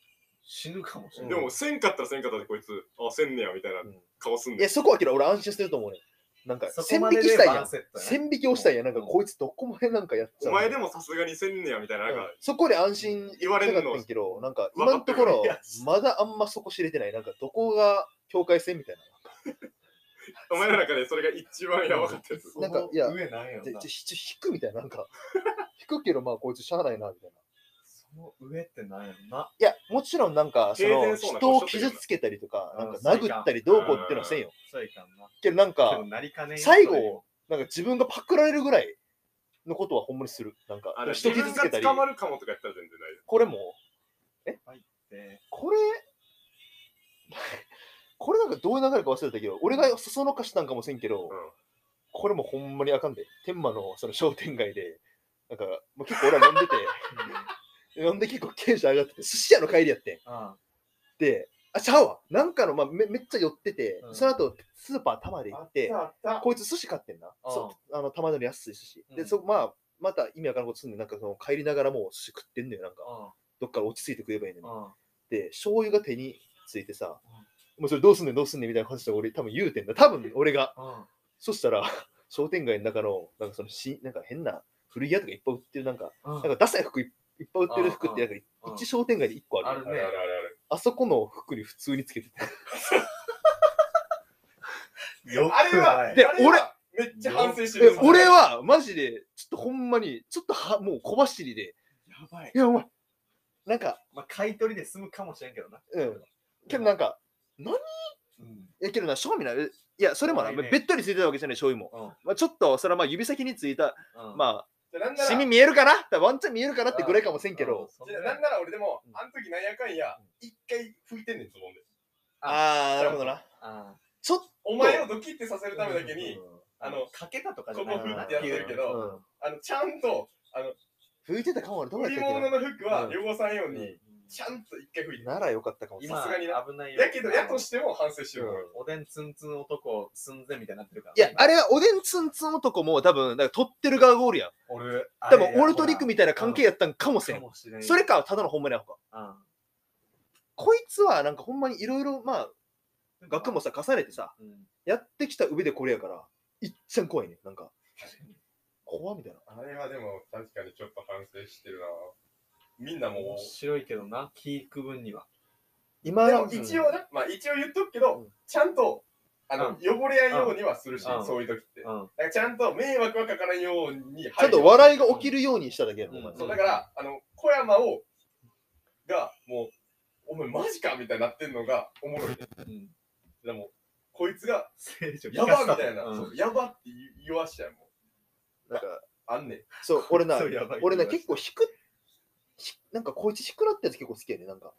[SPEAKER 3] 死ぬかもしれ
[SPEAKER 1] うん
[SPEAKER 4] で
[SPEAKER 3] ない。
[SPEAKER 4] も、せんかったらせんかったで、こいつ、あ、せんねや、みたいな
[SPEAKER 1] うん
[SPEAKER 4] 顔すん
[SPEAKER 1] いや、
[SPEAKER 4] で。
[SPEAKER 1] そこはけど俺安心してると思うね。なんか、
[SPEAKER 3] そこ
[SPEAKER 1] 線
[SPEAKER 3] ま
[SPEAKER 1] 引
[SPEAKER 3] で
[SPEAKER 1] きし
[SPEAKER 3] で
[SPEAKER 1] たい
[SPEAKER 3] バ
[SPEAKER 1] や
[SPEAKER 3] ラン
[SPEAKER 1] ん
[SPEAKER 3] ス。やったね
[SPEAKER 1] 線引きをしたいやん。なんかこいつどこまでなんかやっちゃう。
[SPEAKER 4] お前でもさすがにせんねや、みたいな、なんか、
[SPEAKER 1] そこで安心
[SPEAKER 4] 言われるの
[SPEAKER 1] したかったんやけど、なんか今のところ
[SPEAKER 3] 分かってるいや、
[SPEAKER 1] まだあんまそこ知れてない。なんかどこが境界線みたい
[SPEAKER 4] お前の中でそれが一番やばかったやつ。
[SPEAKER 1] なんかいや
[SPEAKER 3] その上なんや
[SPEAKER 1] な。
[SPEAKER 3] ろ
[SPEAKER 1] で、
[SPEAKER 3] な
[SPEAKER 1] ちょちょ引くみたいな。なんか、引くけどまあこいつしゃあないな、みたいな。
[SPEAKER 3] その上ってなんやろな。
[SPEAKER 1] いや、もちろんなんか、そ
[SPEAKER 4] 平
[SPEAKER 1] の
[SPEAKER 4] 然そう
[SPEAKER 1] 人
[SPEAKER 4] な顔
[SPEAKER 1] を
[SPEAKER 4] しとったけど
[SPEAKER 1] 傷つけたりとか、
[SPEAKER 3] う
[SPEAKER 1] なんんか殴ったりどうこうっていうのはせんよ。
[SPEAKER 3] そういかんな。
[SPEAKER 1] けどなん
[SPEAKER 3] で
[SPEAKER 1] か
[SPEAKER 3] も、なりかねんよ
[SPEAKER 1] 最後
[SPEAKER 3] それを
[SPEAKER 1] なんか自分がパクられるぐらいのことはほんまにする。なんか
[SPEAKER 4] あの、、自
[SPEAKER 1] 人傷
[SPEAKER 4] 分
[SPEAKER 1] つけた
[SPEAKER 4] が
[SPEAKER 1] り
[SPEAKER 4] 捕、まるかもとかやったら全然大丈
[SPEAKER 1] これも、
[SPEAKER 3] 入って。
[SPEAKER 1] これ、 <laughs> これなんかどういう流れか忘れたけど、俺がそそのかしたんかもせんけど、
[SPEAKER 4] うん
[SPEAKER 1] これもほんまにあかんで、天満のその商店街で、なんか、もう結構俺は飲んで
[SPEAKER 3] うん
[SPEAKER 1] <laughs> て、飲んで結構テンション上がってて、寿司屋の帰りやってん。
[SPEAKER 3] あ
[SPEAKER 1] で、あ、ちゃうわなんかの、まあ、めめっちゃ寄ってて、
[SPEAKER 3] うん
[SPEAKER 1] その後、スーパー玉で
[SPEAKER 3] あ
[SPEAKER 1] 行
[SPEAKER 3] っ
[SPEAKER 1] って、
[SPEAKER 3] たあった。
[SPEAKER 1] こいつ寿司買ってんな。そうあの、玉の安い寿司。
[SPEAKER 3] う
[SPEAKER 1] で、
[SPEAKER 3] ん
[SPEAKER 1] そまあ、また意味わからんことすんねんなんかその帰りながらもう寿司食ってんのよ。なんか、どっから落ち着いて食えばいいのに。
[SPEAKER 3] うんうん
[SPEAKER 1] で、醤油が手についてさ、もうそれどうすんねんどうすんねんみたいな感じで俺多分言うてんだ。多分俺が。
[SPEAKER 3] うん
[SPEAKER 1] そしたら、商店街の中の、なんかそのし、なんか変な古着屋とかいっぱい売ってる、なんか、
[SPEAKER 3] うん
[SPEAKER 1] なんかダサい服いっいっぱい売ってる服って、なんか
[SPEAKER 3] うん
[SPEAKER 1] 一商店街で一個ある
[SPEAKER 3] あ
[SPEAKER 1] やん
[SPEAKER 4] 夫。
[SPEAKER 3] る
[SPEAKER 4] あ
[SPEAKER 3] ね
[SPEAKER 4] るあるある
[SPEAKER 1] あそこの服に普通につけてた。
[SPEAKER 3] よ
[SPEAKER 4] あれは
[SPEAKER 3] ない
[SPEAKER 1] で、
[SPEAKER 4] あれ
[SPEAKER 1] 俺、
[SPEAKER 4] はめっちゃ反省して
[SPEAKER 1] え
[SPEAKER 4] る。
[SPEAKER 1] 俺はマジで、ちょっとほんまに、ちょっとはもう小走りで、
[SPEAKER 3] やばい。
[SPEAKER 1] いや、お前、なんか、
[SPEAKER 3] まあ、買い取りで済むかもしれんけどな。
[SPEAKER 1] うんけどなんか、
[SPEAKER 3] うん。
[SPEAKER 1] いやけどな、正味な、えいや、それもな、
[SPEAKER 3] 怖いね
[SPEAKER 1] べっとりついてたわけじゃない、醤油も。
[SPEAKER 3] うん。
[SPEAKER 1] まあ、ちょっと、それはまあ指先についた、
[SPEAKER 3] うん
[SPEAKER 1] ま
[SPEAKER 4] じゃあな
[SPEAKER 1] あ、
[SPEAKER 4] んなら
[SPEAKER 1] シミ見えるかな多分ワンチャン見えるかなってぐらいかもせんけど、。
[SPEAKER 3] うん
[SPEAKER 4] じゃあなんなら俺でも
[SPEAKER 1] う、ん
[SPEAKER 4] あの時なんやかんや、一回拭いてんねん、ズボンで。
[SPEAKER 1] あー、なるほどな。
[SPEAKER 3] あ
[SPEAKER 1] ちょっと、
[SPEAKER 4] お前をドキッてさせる
[SPEAKER 3] ー
[SPEAKER 4] ためだけに、
[SPEAKER 3] うん
[SPEAKER 4] あの、
[SPEAKER 3] かけたとかじゃない
[SPEAKER 4] ここ
[SPEAKER 3] な
[SPEAKER 4] 振ってやってるけど
[SPEAKER 3] うん
[SPEAKER 4] あのちゃんと、
[SPEAKER 1] 拭いてたかも、俺どうや
[SPEAKER 4] 売
[SPEAKER 1] っ
[SPEAKER 4] り
[SPEAKER 1] たっけ
[SPEAKER 4] 物
[SPEAKER 1] な
[SPEAKER 4] の服は
[SPEAKER 1] うん
[SPEAKER 4] 汚さんように、
[SPEAKER 3] うん
[SPEAKER 4] ちゃんと一回拭いて。
[SPEAKER 1] ならよかったかもしれない。
[SPEAKER 3] 今、
[SPEAKER 4] さすがにな
[SPEAKER 3] 危ないよ。
[SPEAKER 4] やけど、やとしても反省してる。
[SPEAKER 1] うん
[SPEAKER 3] おでんつんつん男寸前みたいになってるから。
[SPEAKER 1] いや、あれはおでんつんつん男も多分、なんか取ってる側がおるやん。
[SPEAKER 3] 俺、
[SPEAKER 1] 多分、俺と陸みたいな関係やったんかもせ
[SPEAKER 3] か
[SPEAKER 1] ん。
[SPEAKER 3] もしれん。
[SPEAKER 1] それか、ただのほんまにアホか。
[SPEAKER 3] うん、
[SPEAKER 1] こいつは、なんかほんまにいろいろ、まあ、学もさ、重ねてさ、
[SPEAKER 3] うん。
[SPEAKER 1] やってきた上でこれやから、いっちゃん怖いね。なんか、怖みたいな。
[SPEAKER 4] あれはでも、確かにちょっと反省してるな。みんなも
[SPEAKER 3] 面白いけどな、聞く分には。
[SPEAKER 1] 今
[SPEAKER 4] う、で
[SPEAKER 1] な
[SPEAKER 4] も一応な、まあ一応言っとくけど、
[SPEAKER 1] うん
[SPEAKER 4] ちゃんと、あ
[SPEAKER 3] う
[SPEAKER 4] の、
[SPEAKER 3] ん
[SPEAKER 4] 汚れないようにはするし、
[SPEAKER 3] うん
[SPEAKER 4] そういう時って。だ
[SPEAKER 3] うん。
[SPEAKER 4] からちゃんと迷惑はかからんように配慮は
[SPEAKER 1] ちゃんと笑いが起きるようにしただけやの、お前
[SPEAKER 3] うん
[SPEAKER 4] そうだから、あの、小山を、が、もう、お前マジかみたいになってんのがおもろいね。
[SPEAKER 3] うん。
[SPEAKER 4] でも、こいつが、
[SPEAKER 3] 聖女
[SPEAKER 4] やばみたいな、
[SPEAKER 3] うん
[SPEAKER 4] そうやばって言言わしちゃうもん。
[SPEAKER 1] なんか、
[SPEAKER 4] あんねん。
[SPEAKER 1] そう、俺な
[SPEAKER 3] そうやばい、
[SPEAKER 1] 俺な、結構引く、ひなんかこいつ引くなってやつ結構好きやね、なんか。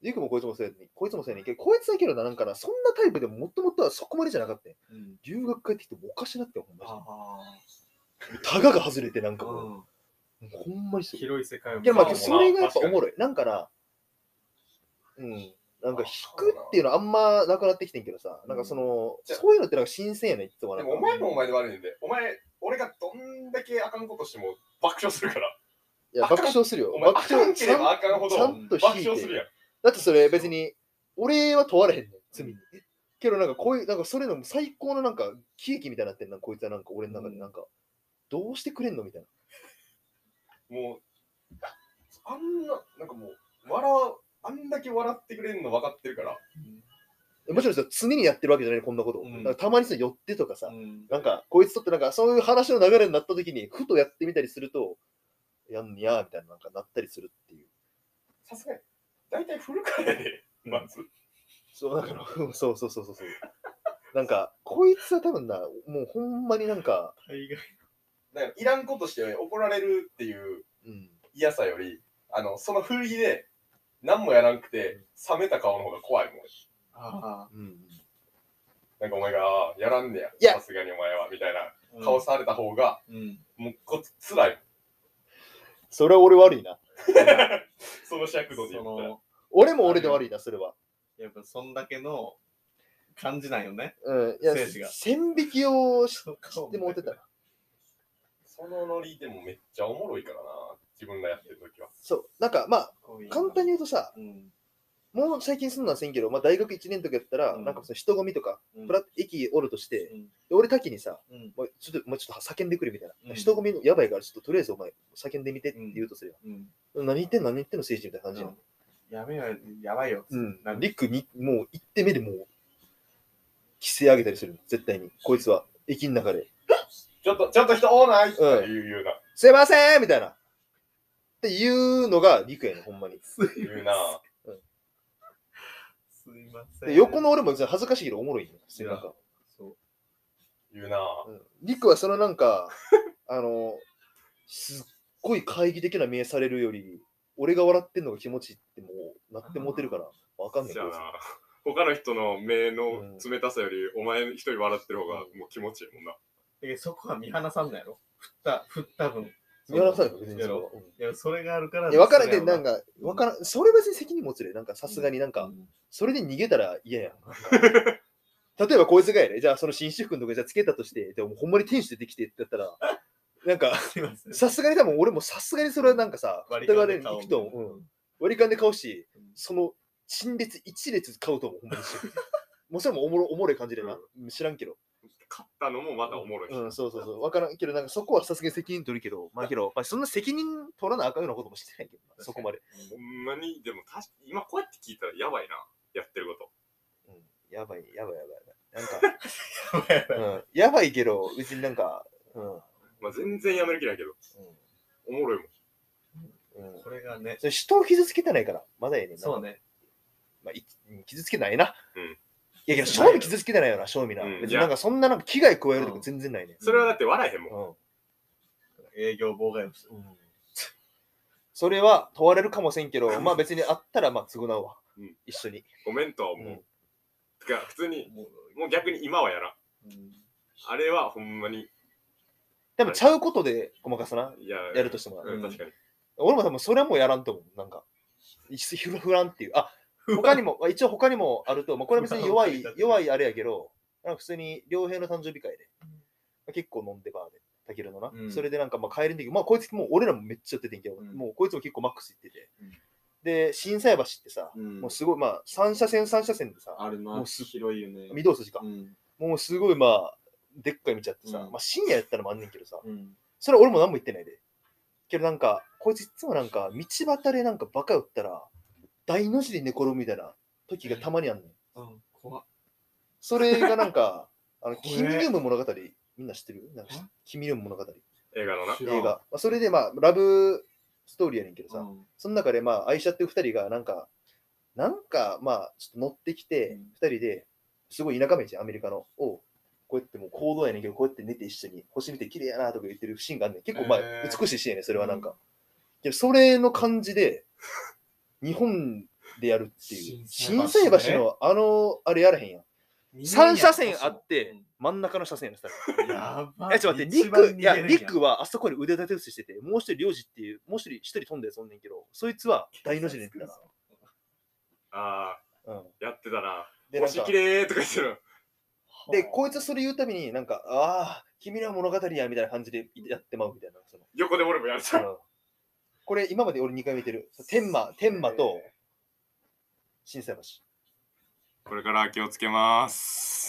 [SPEAKER 1] ゆくもこいつもそうやねんこいつもそうやねんけど、こいつだけどな、なんかな、そんなタイプでももともとはそこまでじゃなかったね。
[SPEAKER 3] うん。
[SPEAKER 1] 留学帰ってきてもおかしなって、ほんまに。
[SPEAKER 3] あ
[SPEAKER 1] タガが外れて、なん
[SPEAKER 3] あ。
[SPEAKER 1] かもう、
[SPEAKER 3] うん。
[SPEAKER 1] ほんまにそう。
[SPEAKER 3] 広い世界を見
[SPEAKER 1] いや、まあ、
[SPEAKER 4] そう
[SPEAKER 1] それがやっぱおもろい。なんかな、うん。なんか、引くっていうのはあんまなくなってきてんけどさ、なんかその、
[SPEAKER 4] じゃあ
[SPEAKER 1] そういうのってなんか新鮮やねん、いつもな
[SPEAKER 4] で
[SPEAKER 1] んか
[SPEAKER 4] もお前もお前で悪いねんで、お前、俺がどんだけあかんことしても爆笑するから。
[SPEAKER 1] いや、
[SPEAKER 4] あかん
[SPEAKER 1] 爆笑するよ。
[SPEAKER 4] お前、あ
[SPEAKER 1] 爆
[SPEAKER 4] かん
[SPEAKER 1] 笑
[SPEAKER 4] け
[SPEAKER 1] ち
[SPEAKER 4] れ
[SPEAKER 1] ゃん
[SPEAKER 4] ばあかんほど
[SPEAKER 1] ちゃんと
[SPEAKER 4] 爆
[SPEAKER 1] 引い
[SPEAKER 4] 笑する
[SPEAKER 1] て。
[SPEAKER 4] やん。
[SPEAKER 1] だってそれ別に、俺は問われへんねん、罪に。けどなんかこういう、なんかそれの最高のなんか、喜劇みたいになってんな、こいつはなんか俺の中でなんか、どうしてくれんのみたいな。
[SPEAKER 4] もう、あんな、なんかもう、笑う、あんだけ笑ってくれるの分かってるから。
[SPEAKER 1] もちろんさ常にやってるわけじゃない、こんなこと。
[SPEAKER 3] うん
[SPEAKER 1] なんかたまにさ、寄ってとかさ、
[SPEAKER 3] うん
[SPEAKER 1] なんか、こいつとってなんか、そういう話の流れになった時に、ふとやってみたりすると、やんにゃーみたいな、なんかなったりするっていう。
[SPEAKER 4] さすがに、大体振るからやで、まず。
[SPEAKER 1] そう、なんか、うん <laughs> そうそうそうそうそう。なんか、こいつは多分な、もうほんまになんか、
[SPEAKER 3] 大概
[SPEAKER 4] だから、いらんことして怒られるっていう
[SPEAKER 1] うん。
[SPEAKER 4] 嫌さより、あの、その古着で、何もやらんくて、冷めた顔の方が怖いもん。
[SPEAKER 3] あ
[SPEAKER 1] うん、
[SPEAKER 4] なんかお前が、あーやらんね
[SPEAKER 1] いや
[SPEAKER 4] や、さすがにお前は、みたいな
[SPEAKER 3] あ
[SPEAKER 4] 顔された方が、 <laughs>
[SPEAKER 3] うん
[SPEAKER 4] もうこっち辛いもん。
[SPEAKER 1] それは俺悪いな。
[SPEAKER 4] その尺度
[SPEAKER 3] そ
[SPEAKER 4] で言ったら。
[SPEAKER 3] の
[SPEAKER 1] 俺も俺で悪いな、それは。
[SPEAKER 3] やっぱそんだけの感じなんよね
[SPEAKER 1] うん。いや
[SPEAKER 3] 精子が、
[SPEAKER 1] 線引きをし
[SPEAKER 3] 知
[SPEAKER 1] てもらってたら。
[SPEAKER 4] そのノリでもめっちゃおもろいからな、自分がやってる時は。
[SPEAKER 1] そう。なんか、まあ、簡単に言うとさ、
[SPEAKER 3] に
[SPEAKER 1] もう最近すんのはせんけど、まあ、大学1年の時やったら、
[SPEAKER 3] うん
[SPEAKER 1] なんかその人混みとか、
[SPEAKER 3] うん
[SPEAKER 1] プラッ駅おるとして、
[SPEAKER 3] うん
[SPEAKER 1] で俺滝にさ、
[SPEAKER 3] うん
[SPEAKER 1] もうちょっと、もうちょっと叫んでくるみたいな。
[SPEAKER 3] うん
[SPEAKER 1] 人混みのやばいから、ちょっととりあえずお前、叫んでみてって言うとすれば、
[SPEAKER 3] うん
[SPEAKER 1] 何言ってんの何言ってんの政治みたいな感じなの。
[SPEAKER 3] やべえよやばいよ
[SPEAKER 1] うん
[SPEAKER 3] なんか
[SPEAKER 1] リックに、もう一手目でもう、規制上げたりするの、絶対に。こいつは、駅の中で、
[SPEAKER 4] ちょっと、ちょっと人オーナーって
[SPEAKER 1] うん
[SPEAKER 4] 言う言うな。
[SPEAKER 1] すいませんみたいな。っていうのがリクやねん、ほんまに。
[SPEAKER 3] すい
[SPEAKER 4] 言うな。
[SPEAKER 3] すいませ
[SPEAKER 1] で
[SPEAKER 3] ん
[SPEAKER 1] 横の俺も別に恥ずかしいけどおもろいね。普通になんか。
[SPEAKER 3] そう
[SPEAKER 4] 言うな。
[SPEAKER 1] うんリクはそのなんか、あの、すっごい懐疑的な目されるより、俺が笑ってんのが気持ちいいってもう、なってもてるから、わかんない
[SPEAKER 4] じ
[SPEAKER 1] け
[SPEAKER 4] ゃあ
[SPEAKER 1] ど
[SPEAKER 4] な。他の人の目
[SPEAKER 1] うん
[SPEAKER 4] の冷たさより、お前一人笑ってる方がもう気持ちいいもんな。
[SPEAKER 3] えそこは見放さんだやろ振った振った分
[SPEAKER 1] 見放さないよ、別に
[SPEAKER 3] や
[SPEAKER 1] それは
[SPEAKER 3] ろ。いやそれがあるから
[SPEAKER 1] いや、分からんて、
[SPEAKER 3] それ
[SPEAKER 1] な
[SPEAKER 3] や
[SPEAKER 1] ん
[SPEAKER 3] ろ
[SPEAKER 1] か、分からん、それ別に責任持つで、なんかさすがになんか、それで逃げたら嫌や
[SPEAKER 3] <laughs>
[SPEAKER 1] ん。例えばこいつがやで、じゃあその紳士服のとかじゃあつけたとして、でもほんまに天使出てきてってやったら、なんか、
[SPEAKER 3] すいません
[SPEAKER 1] さすがに多分俺もさすがにそれはなんかさ、
[SPEAKER 3] 割り
[SPEAKER 1] 疑
[SPEAKER 3] 勘
[SPEAKER 1] わ
[SPEAKER 3] で
[SPEAKER 1] れ
[SPEAKER 3] 買お
[SPEAKER 1] 行
[SPEAKER 3] う
[SPEAKER 1] くと思う、うん、割り勘で買うし、その陳列一列買うと思う、ほんま
[SPEAKER 3] <laughs>
[SPEAKER 1] に。もちろんおもろおもろい感じでな、うん知らんけど。
[SPEAKER 4] 勝ったのもまたおもろいし。
[SPEAKER 1] うん、そうそうそう。わからんけど、なんかそこはさすがに責任取るけど、まあけど、まあ、そんな責任取らなあかんようなこともしてないけどな、そこまで。
[SPEAKER 4] ほんまに、でも確か今こうやって聞いたらやばいな。やってること。
[SPEAKER 1] うん、やばい、やばい、やばい。やばいなんか、うん、やばいけど、別になんか、うん、うん、
[SPEAKER 4] まあ、全然やめる気ないけど、おもろいもん。
[SPEAKER 1] うん。
[SPEAKER 3] これがね
[SPEAKER 1] それ人を傷つけてないから、まだやねんな。
[SPEAKER 3] そうね
[SPEAKER 1] まあ、いうん傷つけてないな。
[SPEAKER 4] うん
[SPEAKER 1] いやけど、賞味傷つけてないよな、賞味な。
[SPEAKER 4] うん
[SPEAKER 1] 別
[SPEAKER 4] い
[SPEAKER 1] に
[SPEAKER 4] や
[SPEAKER 1] なんかそんななんか危害加えるとか全然ないね。
[SPEAKER 4] それはだって笑えへんもん。
[SPEAKER 1] うん。
[SPEAKER 3] 営業妨害をする
[SPEAKER 1] うんそれは問われるかもしれんけど、まあ別にあったらまあ償うわ。
[SPEAKER 4] うん
[SPEAKER 1] 一緒に。
[SPEAKER 4] ごめんとは思う。
[SPEAKER 1] うん
[SPEAKER 4] てか、普通に、
[SPEAKER 3] もう
[SPEAKER 4] もう逆に今はやらん。
[SPEAKER 3] うん
[SPEAKER 4] あれはほんまに、
[SPEAKER 1] でもちゃうことでごまかすな。
[SPEAKER 4] いや、
[SPEAKER 1] やるとしてもな
[SPEAKER 4] うん、確かに。
[SPEAKER 1] 俺も多分それはもうやらんと思う。なんか、いすふらふらんっていう。あ、他にも、まあ一応他にもあると、まあ、これは別に弱い
[SPEAKER 3] ふらふら、
[SPEAKER 1] 弱いあれやけど、なんか普通に良平の誕生日会で、まあ結構飲んでバーで、たけるのな、
[SPEAKER 3] うん
[SPEAKER 1] それでなんかまあ帰りの時、まあこいつもう俺らもめっちゃ寄っててんけど、
[SPEAKER 3] うん
[SPEAKER 1] もうこいつも結構マックス行ってて。
[SPEAKER 3] うん
[SPEAKER 1] で、心斎橋ってさ、
[SPEAKER 3] うん
[SPEAKER 1] もうすごい、まあ3車線3車線でさ、
[SPEAKER 3] あるな
[SPEAKER 1] もうす
[SPEAKER 3] 広いよね
[SPEAKER 1] 御堂筋か、
[SPEAKER 3] うん
[SPEAKER 1] もうすごいまあ、でっかい道あってさ、
[SPEAKER 3] うん
[SPEAKER 1] まあ深夜やったのもあんねんけどさ、
[SPEAKER 3] うん
[SPEAKER 1] それは俺も何も言ってないで。けどなんか、こいついつもなんか、道端でなんかバカ打ったら、大の字で寝転ぶみたいな時がたまにあんねん。
[SPEAKER 3] うん怖っ
[SPEAKER 1] それがなんか、あの、
[SPEAKER 3] 怖え
[SPEAKER 1] キミリウム物語、みんな知ってるなんか
[SPEAKER 3] え
[SPEAKER 1] キミリウム物語、
[SPEAKER 4] 映画のな。
[SPEAKER 3] 知
[SPEAKER 1] 映
[SPEAKER 3] らん
[SPEAKER 1] 画。まあ、それでまあ、ラブストーリーやねんけどさ、
[SPEAKER 3] うん
[SPEAKER 1] その中でまあ、愛車っていう二人がなんか、なんかまあ、ちょっと乗ってき
[SPEAKER 3] う
[SPEAKER 1] て
[SPEAKER 3] ん、
[SPEAKER 1] 二人で、すごい田舎道、アメリカの、を、こうやってもう行動やねんけど、こうやって寝て一緒に、星見て綺麗やなとか言ってるシーンがあんねん。結構まあ
[SPEAKER 4] へ、ー
[SPEAKER 1] 美しいシーンやねん、それはなんか。けど、それの感じで、日本でやるっていう。
[SPEAKER 3] 心
[SPEAKER 1] 心斎
[SPEAKER 3] 斎橋ね
[SPEAKER 1] 橋のあの、あれやらへんやん。三車線あって、真ん中の車線やったら。
[SPEAKER 3] やば
[SPEAKER 1] え、ちょっと待って、リック、いや、リックはあそこに腕立て伏せしてて、もう一人、領事っていう、もう一人、一人飛んでそんねんけど、そいつは大の字でやってたな。
[SPEAKER 4] あ
[SPEAKER 1] うん
[SPEAKER 4] あ、やってたな。
[SPEAKER 1] で、なん
[SPEAKER 4] 星
[SPEAKER 1] か
[SPEAKER 4] き、れーとか言ってる。
[SPEAKER 1] で、こいつはそれ言うたびに、なんか、ああ、君ら物語や、みたいな感じでやってまうみたいな。その
[SPEAKER 4] 横で俺もやるた。
[SPEAKER 1] うんこれ、今まで俺2回見てる。天馬、天馬と、新斎橋。
[SPEAKER 2] これから気をつけます。